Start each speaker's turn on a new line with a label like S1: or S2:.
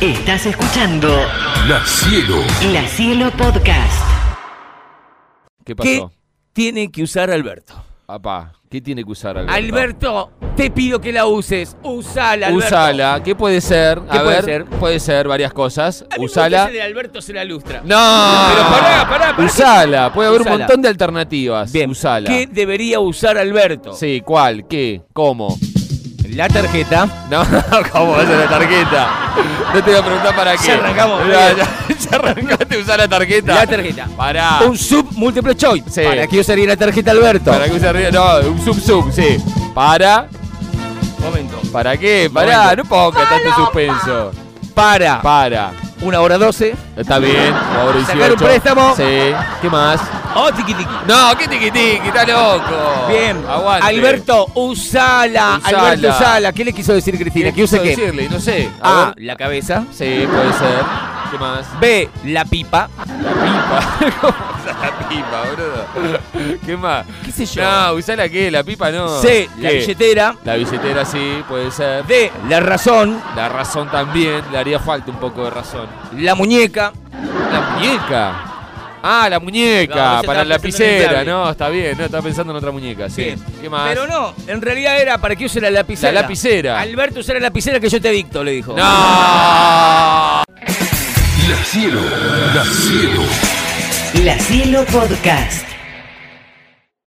S1: Estás escuchando
S2: La Cielo.
S1: La Cielo Podcast.
S3: ¿Qué
S4: ¿Qué
S3: pasó?
S4: tiene que usar Alberto?
S3: Papá, ¿qué tiene que usar Alberto?
S4: Alberto, te pido que la uses. Usala, Alberto.
S3: Usala, ¿qué puede ser?
S4: ¿Qué
S3: a
S4: puede
S3: ver,
S4: ser?
S3: puede ser varias cosas.
S4: A mí me
S3: Usala.
S4: gusta ese de Alberto se la lustra.
S3: No.
S4: Pero pará, pará, pará.
S3: Usala, puede haber un
S4: Usala.
S3: montón de alternativas.
S4: Bien,
S3: Usala.
S4: ¿qué debería usar Alberto?
S3: Sí, ¿cuál? ¿Qué? ¿Cómo?
S4: La tarjeta.
S3: No, ¿cómo va a ser la tarjeta? No te voy a preguntar para qué.
S4: Ya arrancamos,
S3: No,
S4: bien.
S3: ya, ya arrancaste a usar la tarjeta.
S4: La tarjeta.
S3: Pará.
S4: Ah. Un sub múltiple choice.
S3: Sí.
S4: ¿Para qué usaría la tarjeta Alberto?
S3: ¿Para qué usar No, un sub-sub, sí. Para.
S4: Momento.
S3: ¿Para qué? Pará,
S4: Momento.
S3: no ponga tanto suspenso.
S4: Para
S3: Para.
S4: una hora doce.
S3: Está bien, ahora
S4: Sacar
S3: 18.
S4: un préstamo.
S3: Sí. ¿Qué más?
S4: Oh, tiqui tiqui.
S3: No, qué tiqui tiqui, está loco.
S4: Bien.
S3: Aguante.
S4: Alberto, usala.
S3: Usala.
S4: Alberto, usala. ¿Qué le quiso decir Cristina? ¿Qué use
S3: quiso
S4: qué?
S3: decirle? No sé.
S4: A,
S3: A ver.
S4: la cabeza.
S3: Sí, puede ser. ¿Qué más?
S4: B, la pipa.
S3: La pipa. ¿Cómo usa la pipa, boludo? ¿Qué más?
S4: ¿Qué sé yo?
S3: No, usá la que, la pipa no.
S4: C, la
S3: Ah. ¿Qué?
S4: billetera.
S3: La billetera sí, puede ser.
S4: D, la razón.
S3: La razón también, le haría falta un poco de razón.
S4: La muñeca.
S3: La muñeca. Ah, la
S4: No,
S3: muñeca,
S4: vos
S3: para
S4: estabas
S3: la
S4: pensando
S3: lapicera,
S4: en el cable.
S3: no, está bien, no, estaba pensando en otra muñeca, sí.
S4: Bien.
S3: ¿Qué más?
S4: Pero no, en realidad era para que use la lapicera.
S3: La lapicera.
S4: Alberto, usa la lapicera que yo te dicto, le dijo.
S3: ¡No!
S2: La Cielo. La Cielo.
S1: La Cielo Podcast.